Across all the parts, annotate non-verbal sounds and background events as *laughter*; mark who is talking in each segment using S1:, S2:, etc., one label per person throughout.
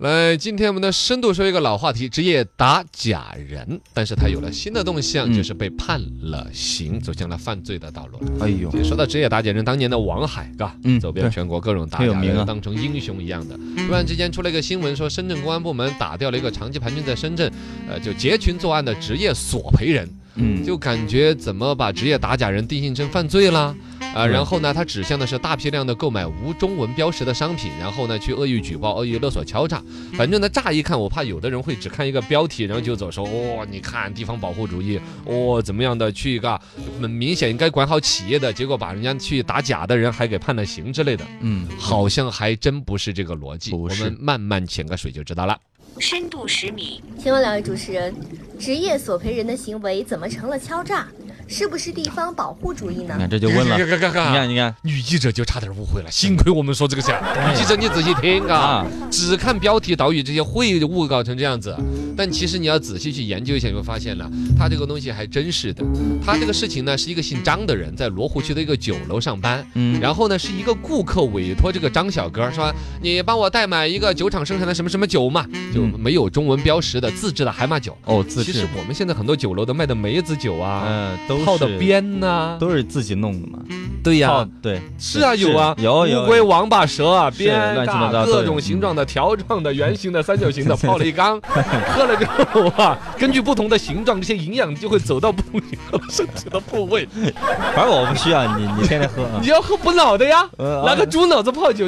S1: 来，今天我们的深度说一个老话题，职业打假人，但是他有了新的动向，
S2: 嗯
S1: 就是被判了刑，走向了犯罪的道路。
S2: 哎呦，
S1: 也说到职业打假人，当年的王海，嘎，
S2: 嗯
S1: 走遍
S2: 对
S1: 全国各种打
S2: 很有
S1: 假
S2: 名啊
S1: 人，当成英雄一样的。
S3: 嗯
S1: 突然之间出了一个新闻，说深圳公安部门打掉了一个长期盘踞在深圳，呃，就结群作案的职业索赔人，
S2: 嗯，
S1: 就感觉怎么把职业打假人定性成犯罪啦？啊，
S2: 对
S1: 然后呢，他指向的是大批量的购买无中文标识的商品，然后呢去恶意举报、恶意勒索、敲诈。反正呢，乍一看，我怕有的人会只看一个标题，然后就走说，哦，你看地方保护主义，哦，怎么样的去一个很明显应该管好企业的，结果把人家去打假的人还给判了刑之类的，
S2: 嗯，
S1: 好像还真不是这个逻辑。
S2: 不
S1: 我
S2: 是
S1: 们慢慢潜个水就知道了。
S4: 深度十米，
S5: 请问两位主持人，职业索赔人的行为怎么成了敲诈？是不是地方保护主义呢
S2: 你？看这就问了，你
S1: 看看看，
S2: 看你看哎
S1: 女记者就差点误会了，幸亏我们说这个事儿。女记者，你仔细听啊。
S2: 啊，
S1: 只看标题导语这些会误搞成这样子，但其实你要仔细去研究一下，你会发现了，他这个东西还真是的。他这个事情呢，是一个姓张的人在罗湖区的一个酒楼上班，
S2: 嗯，
S1: 然后呢，是一个顾客委托这个张小哥说，你帮我代买一个酒厂生产的什么什么酒嘛，就
S2: 嗯
S1: 没有中文标识的自制的海马酒。
S2: 哦，自
S1: 其实
S2: 制，
S1: 我们现在很多酒楼都卖的梅子酒啊，
S2: 嗯，都
S1: 泡的
S2: 是
S1: 边呐，
S2: 都是自己弄的嘛，
S1: 对呀、
S2: 泡对，
S1: 是啊，有啊，
S2: 有有
S1: 乌龟、王八、蛇啊，
S2: 是
S1: 鞭
S2: 乱七
S1: 嘎
S2: 八糟都有
S1: 各种形状的、条状的、圆形的、三角
S2: *laughs*
S1: 形的，泡了一缸，喝了之后啊，根据不同的形状，这些营养就会走到不同形状的身体的部
S2: *laughs*
S1: 位。
S2: 反正我不需要你，你天天喝啊
S1: 你。要喝补脑的呀，
S2: 呃
S1: 拿个猪脑子泡酒。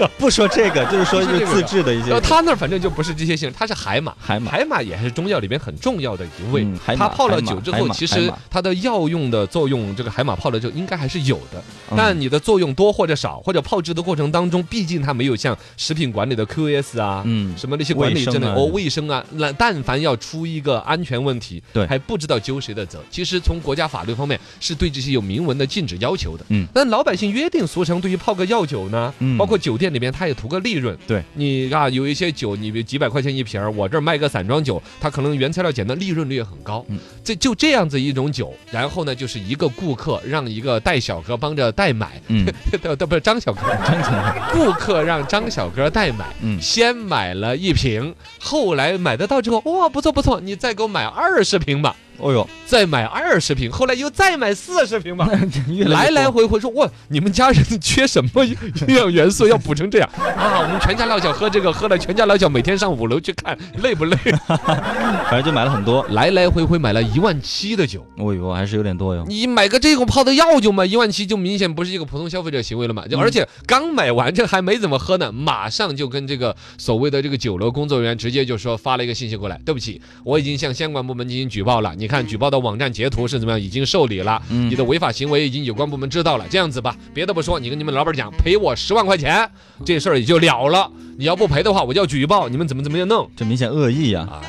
S2: 啊 *laughs* 不说这个，就是说
S1: 不
S2: 就是是
S1: 这个
S2: 自制的一
S1: 然后
S2: 些
S1: 呃他那儿反正就不是这些形，它是海马。
S2: 海马，
S1: 海马也还是中药里面很重要的一味
S2: 嗯海，马
S1: 它泡了
S2: 海马
S1: 酒之
S2: 海
S1: 后，
S2: 马
S1: 其
S2: 海
S1: 实
S2: 马
S1: 它的药用的作用，这个海马泡了之后应该还是有的。
S2: 嗯
S1: 但你的作用多或者少，或者泡制的过程当中，毕竟它没有像食品管理的 QS 啊，
S2: 嗯
S1: 什么那些管理
S2: 卫生
S1: 之类，
S2: 啊
S1: 哦，卫生啊，那但凡要出一个安全问题，
S2: 对
S1: 还不知道揪谁的责。其实从国家法律方面是对这些有明文的禁止要求的。
S2: 嗯，
S1: 但老百姓约定俗成，对于泡个药酒呢，
S2: 嗯
S1: 包括酒店里面他也图个利润。
S2: 对，
S1: 你啊，有一些酒你比几百块钱一瓶儿，我这儿卖个散装酒，它可能原材料捡的利润率也很高。
S2: 嗯
S1: 这就这样子一种酒，然后呢，就是一个顾客让一个戴小哥帮着代买，
S2: 嗯，
S1: 对 *laughs* 对，不是张小哥，
S2: 真的，
S1: 顾客让张小哥代买，
S2: 嗯
S1: 先买了一瓶，后来买得到之后，哇，不错不错，你再给我买二十瓶吧，
S2: 哦呦，
S1: 再买二十瓶，后来又再买四十瓶吧，
S2: *laughs* 越
S1: 来
S2: 来
S1: 来
S2: 越多
S1: 回回说哇，你们家人缺什么 *laughs* 营养元素要补成这样啊？我们全家老小喝这个，喝了全家老小每天上五楼去看，累不累？
S2: 反正就买了很多。
S1: *laughs* 来来回回买了一万七的酒。
S2: 哦呦，还是有点多哟。
S1: 你买个这种泡的药酒嘛，一万七就明显不是一个普通消费者行为了嘛。就
S2: 嗯
S1: 而且刚买完，这还没怎么喝呢，马上就跟这个所谓的这个酒楼工作人员直接就说发了一个信息过来，对不起，我已经向相关部门进行举报了。你看举报的网站截图是怎么样，已经受理了，
S2: 嗯
S1: 你的违法行为已经有关部门知道了。这样子吧，别的不说，你跟你们老板讲赔我十万块钱，这事儿也就了了。你要不赔的话，我就要举报，你们怎么怎么样弄
S2: 这明显恶意呀、
S1: 啊？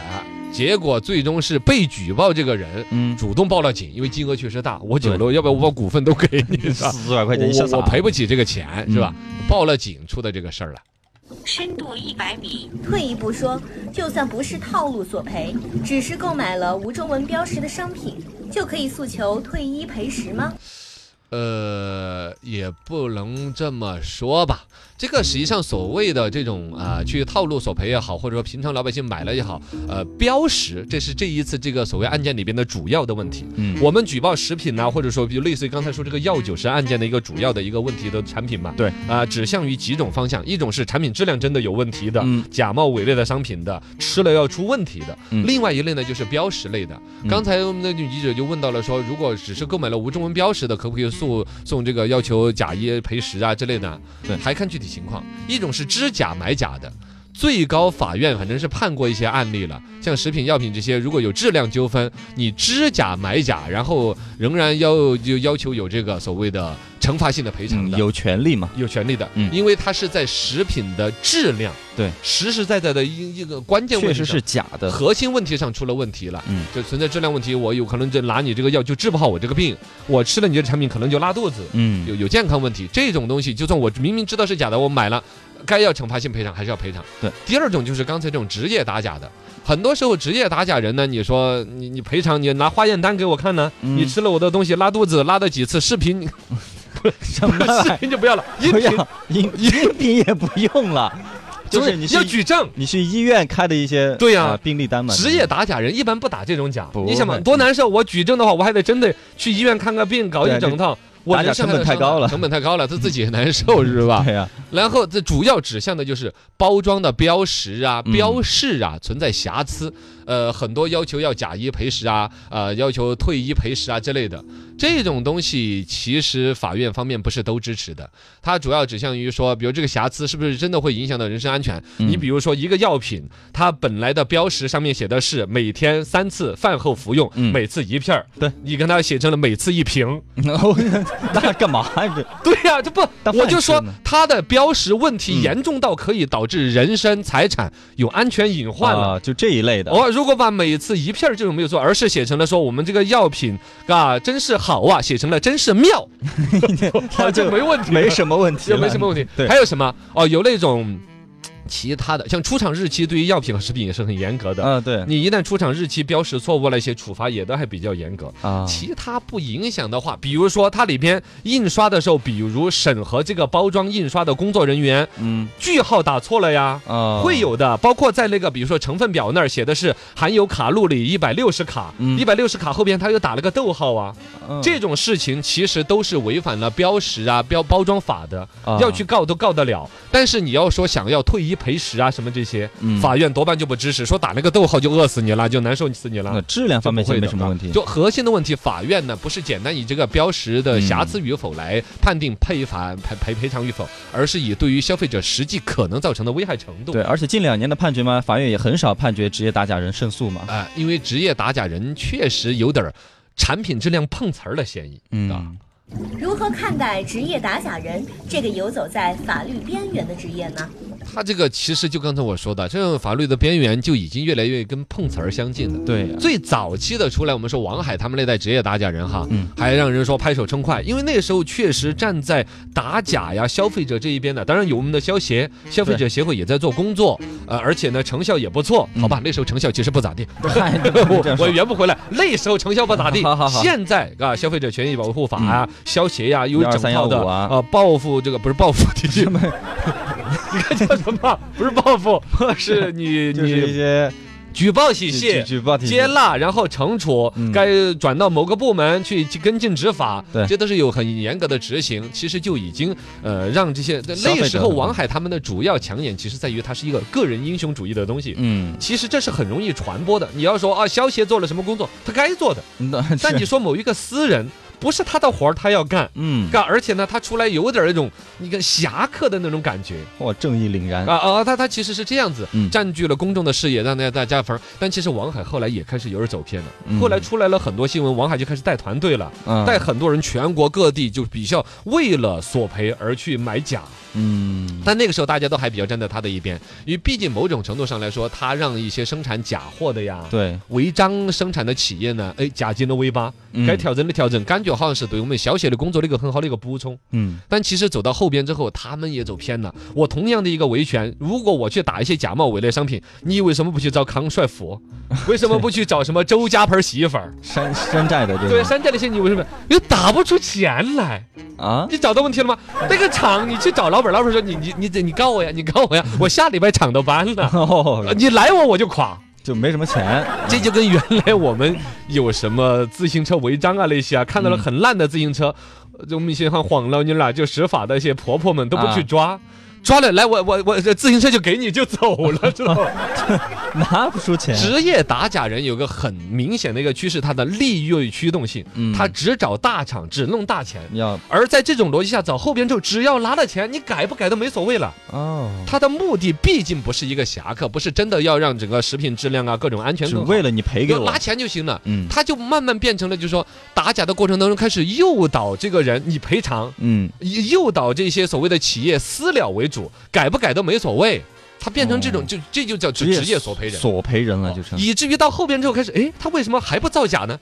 S1: 结果最终是被举报这个人
S2: 嗯，
S1: 主动报了警，因为金额确实大，我酒
S2: 对
S1: 楼要不要我把股份都给你是吧？
S2: 嗯四百块钱一嗯下
S1: 啊我
S2: 子
S1: 我赔不起这个钱是吧？报了警出的这个事儿了，
S4: 深度一百米，
S5: 退一步说，就算不是套路索赔，只是购买了无中文标识的商品，就可以诉求退一赔十吗？
S1: 呃，也不能这么说吧。这个实际上所谓的这种啊、去套路索赔也好，或者说平常老百姓买了也好，呃，标识这是这一次这个所谓案件里边的主要的问题。
S2: 嗯
S1: 我们举报食品啊呐、或者说比如类似于刚才说这个药酒是案件的一个主要的一个问题的产品嘛，
S2: 对
S1: 啊、指向于几种方向，一种是产品质量真的有问题的，
S2: 嗯
S1: *laughs* 假冒伪劣的商品的，吃了要出问题的；
S2: 嗯
S1: 另外一类呢就是标识类的。
S2: 嗯
S1: 刚才我们的女记者就问到了说，如果只是购买了无中文标识的，可不可以诉送这个要求假一赔十啊之类的？
S2: 对
S1: 还看具体情况。一种是知假买假的。最高法院反正是判过一些案例了，像食品、药品这些，如果有质量纠纷，你知假买假，然后仍然要就要求有这个所谓的惩罚性的赔偿
S2: 嗯
S1: 的。
S2: 有权利嘛？
S1: 有权利的，
S2: 嗯
S1: 因为它是在食品的质量，
S2: 对，
S1: 实实在在的一一个关键问
S2: 确
S1: 题
S2: 实
S1: 上
S2: 是假的。
S1: 核心问题上出了问题了，
S2: 嗯
S1: 就存在质量问题，我有可能就拿你这个药就治不好我这个病，我吃了你的产品可能就拉肚子，
S2: 嗯，
S1: 有有健康问题，这种东西就算我明明知道是假的，我买了，该要惩罚性赔偿还是要赔偿。
S2: 对，
S1: 第二种就是刚才这种职业打假的。很多时候，职业打假人呢，你说你你赔偿，你拿化验单给我看呢？
S2: 嗯
S1: 你吃了我的东西，拉肚子，拉了几次？视
S2: *laughs*
S1: 频，你
S2: 什么 *laughs* 玩意
S1: 视
S2: 儿
S1: 频就不要了，音
S2: 不
S1: 频
S2: 要音音频也不用
S1: *laughs*
S2: 了，就是你是
S1: 要举证。
S2: 你是医院开的一些
S1: 对呀
S2: 呃病历单嘛？
S1: 职业打假人一般不打这种假
S2: 不，
S1: 你想嘛，
S2: 会
S1: 多难受！我举证的话，我还得真的去医院看个病，搞
S2: 对
S1: 一
S2: 啊
S1: 整套。我
S2: 打假
S1: 人生
S2: 成本
S1: 还得
S2: 太高
S1: 上
S2: 了
S1: 当成本太高了，他自己也难
S2: *laughs*
S1: 受是吧？ *laughs*
S2: 对呀，
S1: 然后这主要指向的就是包装的标识啊、
S2: 嗯
S1: 标示啊存在瑕疵，呃，很多要求要假一赔十啊，呃，要求退一赔十啊之类的，这种东西其实法院方面不是都支持的，它主要指向于说，比如这个瑕疵是不是真的会影响到人身安全？
S2: 嗯
S1: 你比如说一个药品，它本来的标识上面写的是每天三次，饭后服用，
S2: 嗯
S1: 每次一片儿，
S2: 对
S1: 你跟它写成了每次一瓶，
S2: 那干嘛呀？这
S1: *laughs* 对呀、这不，
S2: 当
S1: 我
S2: 饭
S1: 就
S2: 吃
S1: 说
S2: 呢
S1: 他的标识问题
S2: 嗯
S1: 严重到可以导致人身财产有安全隐患了。
S2: 啊，就这一类的。
S1: 哦，如果把每次一片儿这种没有做，而是写成了说我们这个药品啊真是好啊，写成了真是
S2: *laughs*
S1: 妙， *laughs*
S2: 那
S1: 这没问题，
S2: 没什么问题
S1: 这
S2: 了，
S1: 没什么问题。
S2: 对
S1: 还有什么？哦，有那种其他的，像出厂日期对于药品和食品也是很严格的。
S2: 啊，对
S1: 你一旦出厂日期标识错误了一些，处罚也都还比较严格。
S2: 啊，
S1: 其他不影响的话，比如说它里边印刷的时候，比如审核这个包装印刷的工作人员
S2: 嗯
S1: 句号打错了呀。嗯
S2: 啊，
S1: 会有的，包括在那个，比如说成分表那儿写的是含有卡路里一百六十卡，
S2: 嗯
S1: 一百六十卡后边他又打了个逗号啊，
S2: 嗯
S1: 这种事情其实都是违反了标识啊、标包装法的，
S2: 啊
S1: 要去告都告得了。但是你要说想要退一赔十啊什么这些，
S2: 嗯
S1: 法院多半就不支持，说打那个逗号就饿死你了，就难受死你了
S2: 呃。质量方面
S1: 就
S2: 就
S1: 不会
S2: 没
S1: 的啊
S2: 什么问题，
S1: 就核心的问题，法院呢不是简单以这个标识的
S2: 嗯
S1: 瑕疵与否来判定赔罚赔赔赔偿与否，而是以对于消费者实际可能造成的危害程度。
S2: 对，而且近两年的判决嘛，法院也很少判决职业打假人胜诉嘛。
S1: 啊、因为职业打假人确实有点儿产品质量碰瓷儿的嫌疑。啊
S2: 嗯，
S5: 如何看待职业打假人这个游走在法律边缘的职业呢？
S1: 他这个其实就刚才我说的，这种法律的边缘就已经越来越跟碰瓷儿相近了。
S2: 对 *laughs* 呀，
S1: 最早期的出来，我们说王海他们那代职业打假人哈，
S2: 嗯
S1: 还让人说拍手称快，因为那时候确实站在打假呀消费者这一边的。当然有我们的消协，消费者协会也在做工作，呃，而且呢成效也不错，
S2: 嗯
S1: 好吧，那时候成效其实不咋地，
S2: 嗨这
S1: *laughs* 我
S2: 样说
S1: 我圆不回来，那时候成效不咋地。
S2: 好好好嗯
S1: 现在啊，消费者权益保护法啊，消协呀，有整套的
S2: 12315啊
S1: 呃报复这个不是报复 *laughs* 体系，你看叫什么？不是报
S2: *laughs*
S1: 复，是你
S2: 就是一
S1: 你
S2: 些
S1: 举报喜
S2: 举
S1: 事
S2: 举。举报体系
S1: *laughs* 接
S2: *laughs*
S1: 纳，然后惩处
S2: 嗯，
S1: 该转到某个部门去跟进执法，
S2: 对
S1: 这都是有很严格的执行。其实就已经呃让这些
S2: 消费者
S1: 那时候
S2: 很
S1: 王海他们的主要抢眼，其实在于它是一个个人英雄主义的东西。
S2: 嗯，
S1: 其实这是很容易传播的。你要说啊，消协做了什么工作，他该做的，
S2: 那
S1: 但你
S2: *laughs* 是
S1: 说某一个私人不是他的活儿，他要干。
S2: 嗯，
S1: 干，而且呢，他出来有点儿那种你看侠客的那种感觉
S2: 哇，正义凛然
S1: 啊，啊，他他其实是这样子
S2: 嗯，
S1: 占据了公众的视野，让大家大家反而。但其实王海后来也开始有点走偏了，
S2: 嗯
S1: 后来出来了很多新闻，王海就开始带团队了，
S2: 嗯
S1: 带很多人全国各地就比较为了索赔而去买假，
S2: 嗯
S1: 但那个时候大家都还比较站在他的一边，因为毕竟某种程度上来说，他让一些生产假货的呀。
S2: 对，
S1: 违章生产的企业呢，哎，夹紧了尾巴，
S2: 嗯
S1: 该调整的调整，感觉好像是对我们消协的工作的一个很好的一个补充。
S2: 嗯
S1: 但其实走到后边之后，他们也走偏了。我同样的一个维权，如果我去打一些假冒伪劣商品，你为什么不去找康帅傅？为什么不去找什么周家盆洗衣粉儿？
S2: 山山寨的这
S1: 对，
S2: 种
S1: 山寨那些你为什么又打不出钱来？
S2: 啊，
S1: 你找到问题了吗？那个厂你去找老板，老板说你你你你告我呀，你告我呀，我下礼拜厂都搬
S2: *laughs*
S1: 了，
S2: 哦，
S1: 你来我我就垮。
S2: 就没什么钱，
S1: 这就跟原来我们有什么自行车违章啊那些啊，看到了很烂的自行车，呃我们一些像晃老妞儿啊，就执法的一些婆婆们都不去抓。抓了来，我我我这自行车就给你就走了， *laughs* 知道吗？
S2: 拿不出钱，
S1: 职业打假人有个很明显的一个趋势，它的利润驱动性，
S2: 嗯
S1: 他只找大厂，只弄大钱。
S2: 要
S1: 而在这种逻辑下，找后边就只要拿了钱，你改不改都没所谓了。
S2: 哦，
S1: 他的目的毕竟不是一个侠客，不是真的要让整个食品质量啊各种安全
S2: 只
S1: 更好，
S2: 为了你赔给
S1: 就
S2: 我
S1: 拿，钱就行了。
S2: 嗯
S1: 他就慢慢变成了，就是说打假的过程当中开始诱导这个人你赔偿，
S2: 嗯，
S1: 以诱导这些所谓的企业私了为主，改不改都没所谓。他变成这种，
S2: 哦
S1: 就这就叫职业索赔人。
S2: 索赔人了
S1: 哦
S2: 就成，
S1: 以至于到后边之后开始，哎，他为什么还不造假呢？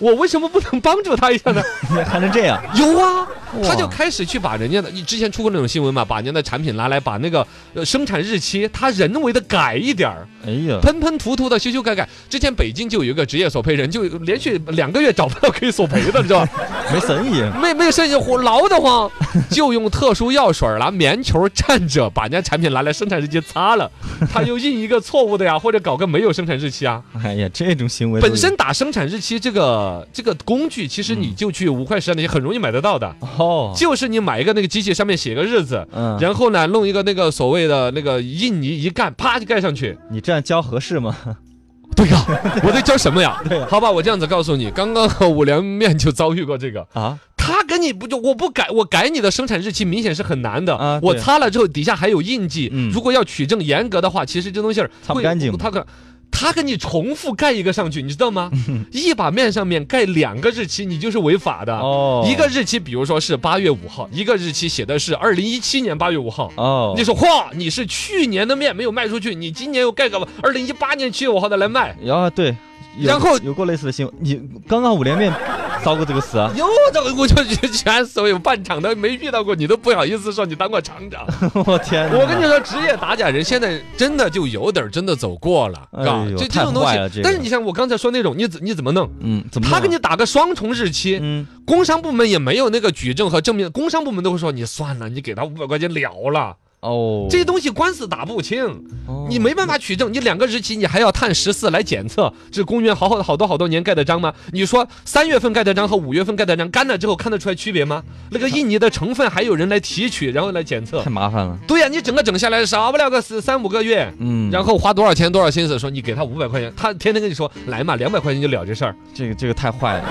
S1: 我为什么不能帮助他一下呢？
S2: *laughs* 还能这样，
S1: 有啊，他就
S2: 哇
S1: 开始去把人家的，你之前出过那种新闻嘛，把人家的产品拿来，把那个呃生产日期，他人为的改一点儿，
S2: 哎呀，
S1: 喷喷涂涂的，修修改改。之前北京就有一个职业索赔人，就连续两个月找不到可以索赔的，你知道吧？
S2: 没生意，
S1: 没没有生意，火挠得慌，就用特殊药水儿拿棉球蘸着，把人家产品拿来生产日期擦了，他又印一个错误的呀，或者搞个没有生产日期啊。
S2: 哎呀，这种行为都有
S1: 本身打生产日期这个这个工具，其实你就去五块十那些很容易买得到的，
S2: 哦，
S1: 就是你买一个那个机器上面写个日子。
S2: 嗯，
S1: 然后呢，弄一个那个所谓的那个印泥一干，啪就盖上去。
S2: 你这样教合适吗？ *laughs*
S1: 对呀、我在教什么呀？
S2: 对呀
S1: 好吧，我这样子告诉你，刚刚和五粮面就遭遇过这个。
S2: 啊，
S1: 他跟你不就我不改，我改你的生产日期明显是很难的。
S2: 啊
S1: 我
S2: 对
S1: 擦了之后底下还有印记，
S2: 嗯
S1: 如果要取证严格的话，其实这东西儿
S2: 擦不
S1: 会
S2: 干净
S1: 他可。他给你重复盖一个上去，你知道
S2: *laughs*
S1: 吗？一把面上面盖两个日期，你就是违法的。
S2: 哦，
S1: 啊一个日期，比如说是八月五号，一个日期写的是二零一七年八月五号。
S2: 哦，
S1: 你说嚯，你是去年的面没有卖出去，你今年又盖个二零一八年七月五号的来卖，
S2: 啊，对，有
S1: 然后
S2: 有过类似的新闻，你刚刚五连面遭过这个词啊？ *laughs*
S1: 哟，这个我就觉得全所有办厂的没遇到过，你都不好意思说你当过厂
S2: *laughs*
S1: 长。
S2: 我天哪，
S1: 我跟你说，职业打假人现在真的就有点儿真的走过了，
S2: 哎
S1: 啊，
S2: 呦
S1: 这这
S2: 太
S1: 种东
S2: 坏
S1: 西。
S2: 了这个
S1: 但是你像我刚才说那种，你怎你怎么弄？
S2: 嗯，怎么弄啊
S1: 他给你打个双重日期，
S2: 嗯，
S1: 工商部门也没有那个举证和证明，工商部门都会说你算了，你给他五百块钱了了，
S2: 哦，
S1: 这些东西官司打不清，
S2: 哦
S1: 你没办法取证，你两个日期你还要碳十四来检测，这公园好好好多好多年盖的章吗？你说三月份盖的章和五月份盖的章干了之后看得出来区别吗？那个印泥的成分还有人来提取，然后来检测
S2: 太。麻烦了，
S1: 对呀、你整个整下来少不了个三三五个月，
S2: 嗯，
S1: 然后花多少钱多少心思，说你给他五百块钱，他天天跟你说来嘛，两百块钱就了这事儿，
S2: 这个这个太坏了，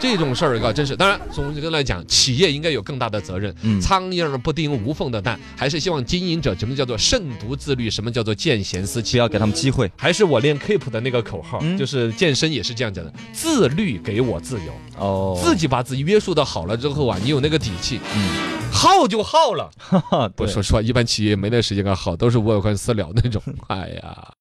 S1: 这种事儿啊，真是。当然，从这个来讲，企业应该有更大的责任。
S2: 嗯
S1: 苍蝇不叮无缝的蛋，还是希望经营者什么叫做慎独自律，什么叫做见贤思
S2: 不
S1: 齐。
S2: 要给他们机会
S1: 还是我练 Keep 的那个口号，
S2: 嗯
S1: 就是健身也是这样讲的：自律给我自由，
S2: 哦，
S1: 自己把自己约束的好了之后啊，你有那个底气，
S2: 嗯，
S1: 耗就耗了。
S2: 哈哈，
S1: 不
S2: *laughs* 对
S1: 说实话，一般企业没那时间干耗，都是五百块私了那种。哎呀。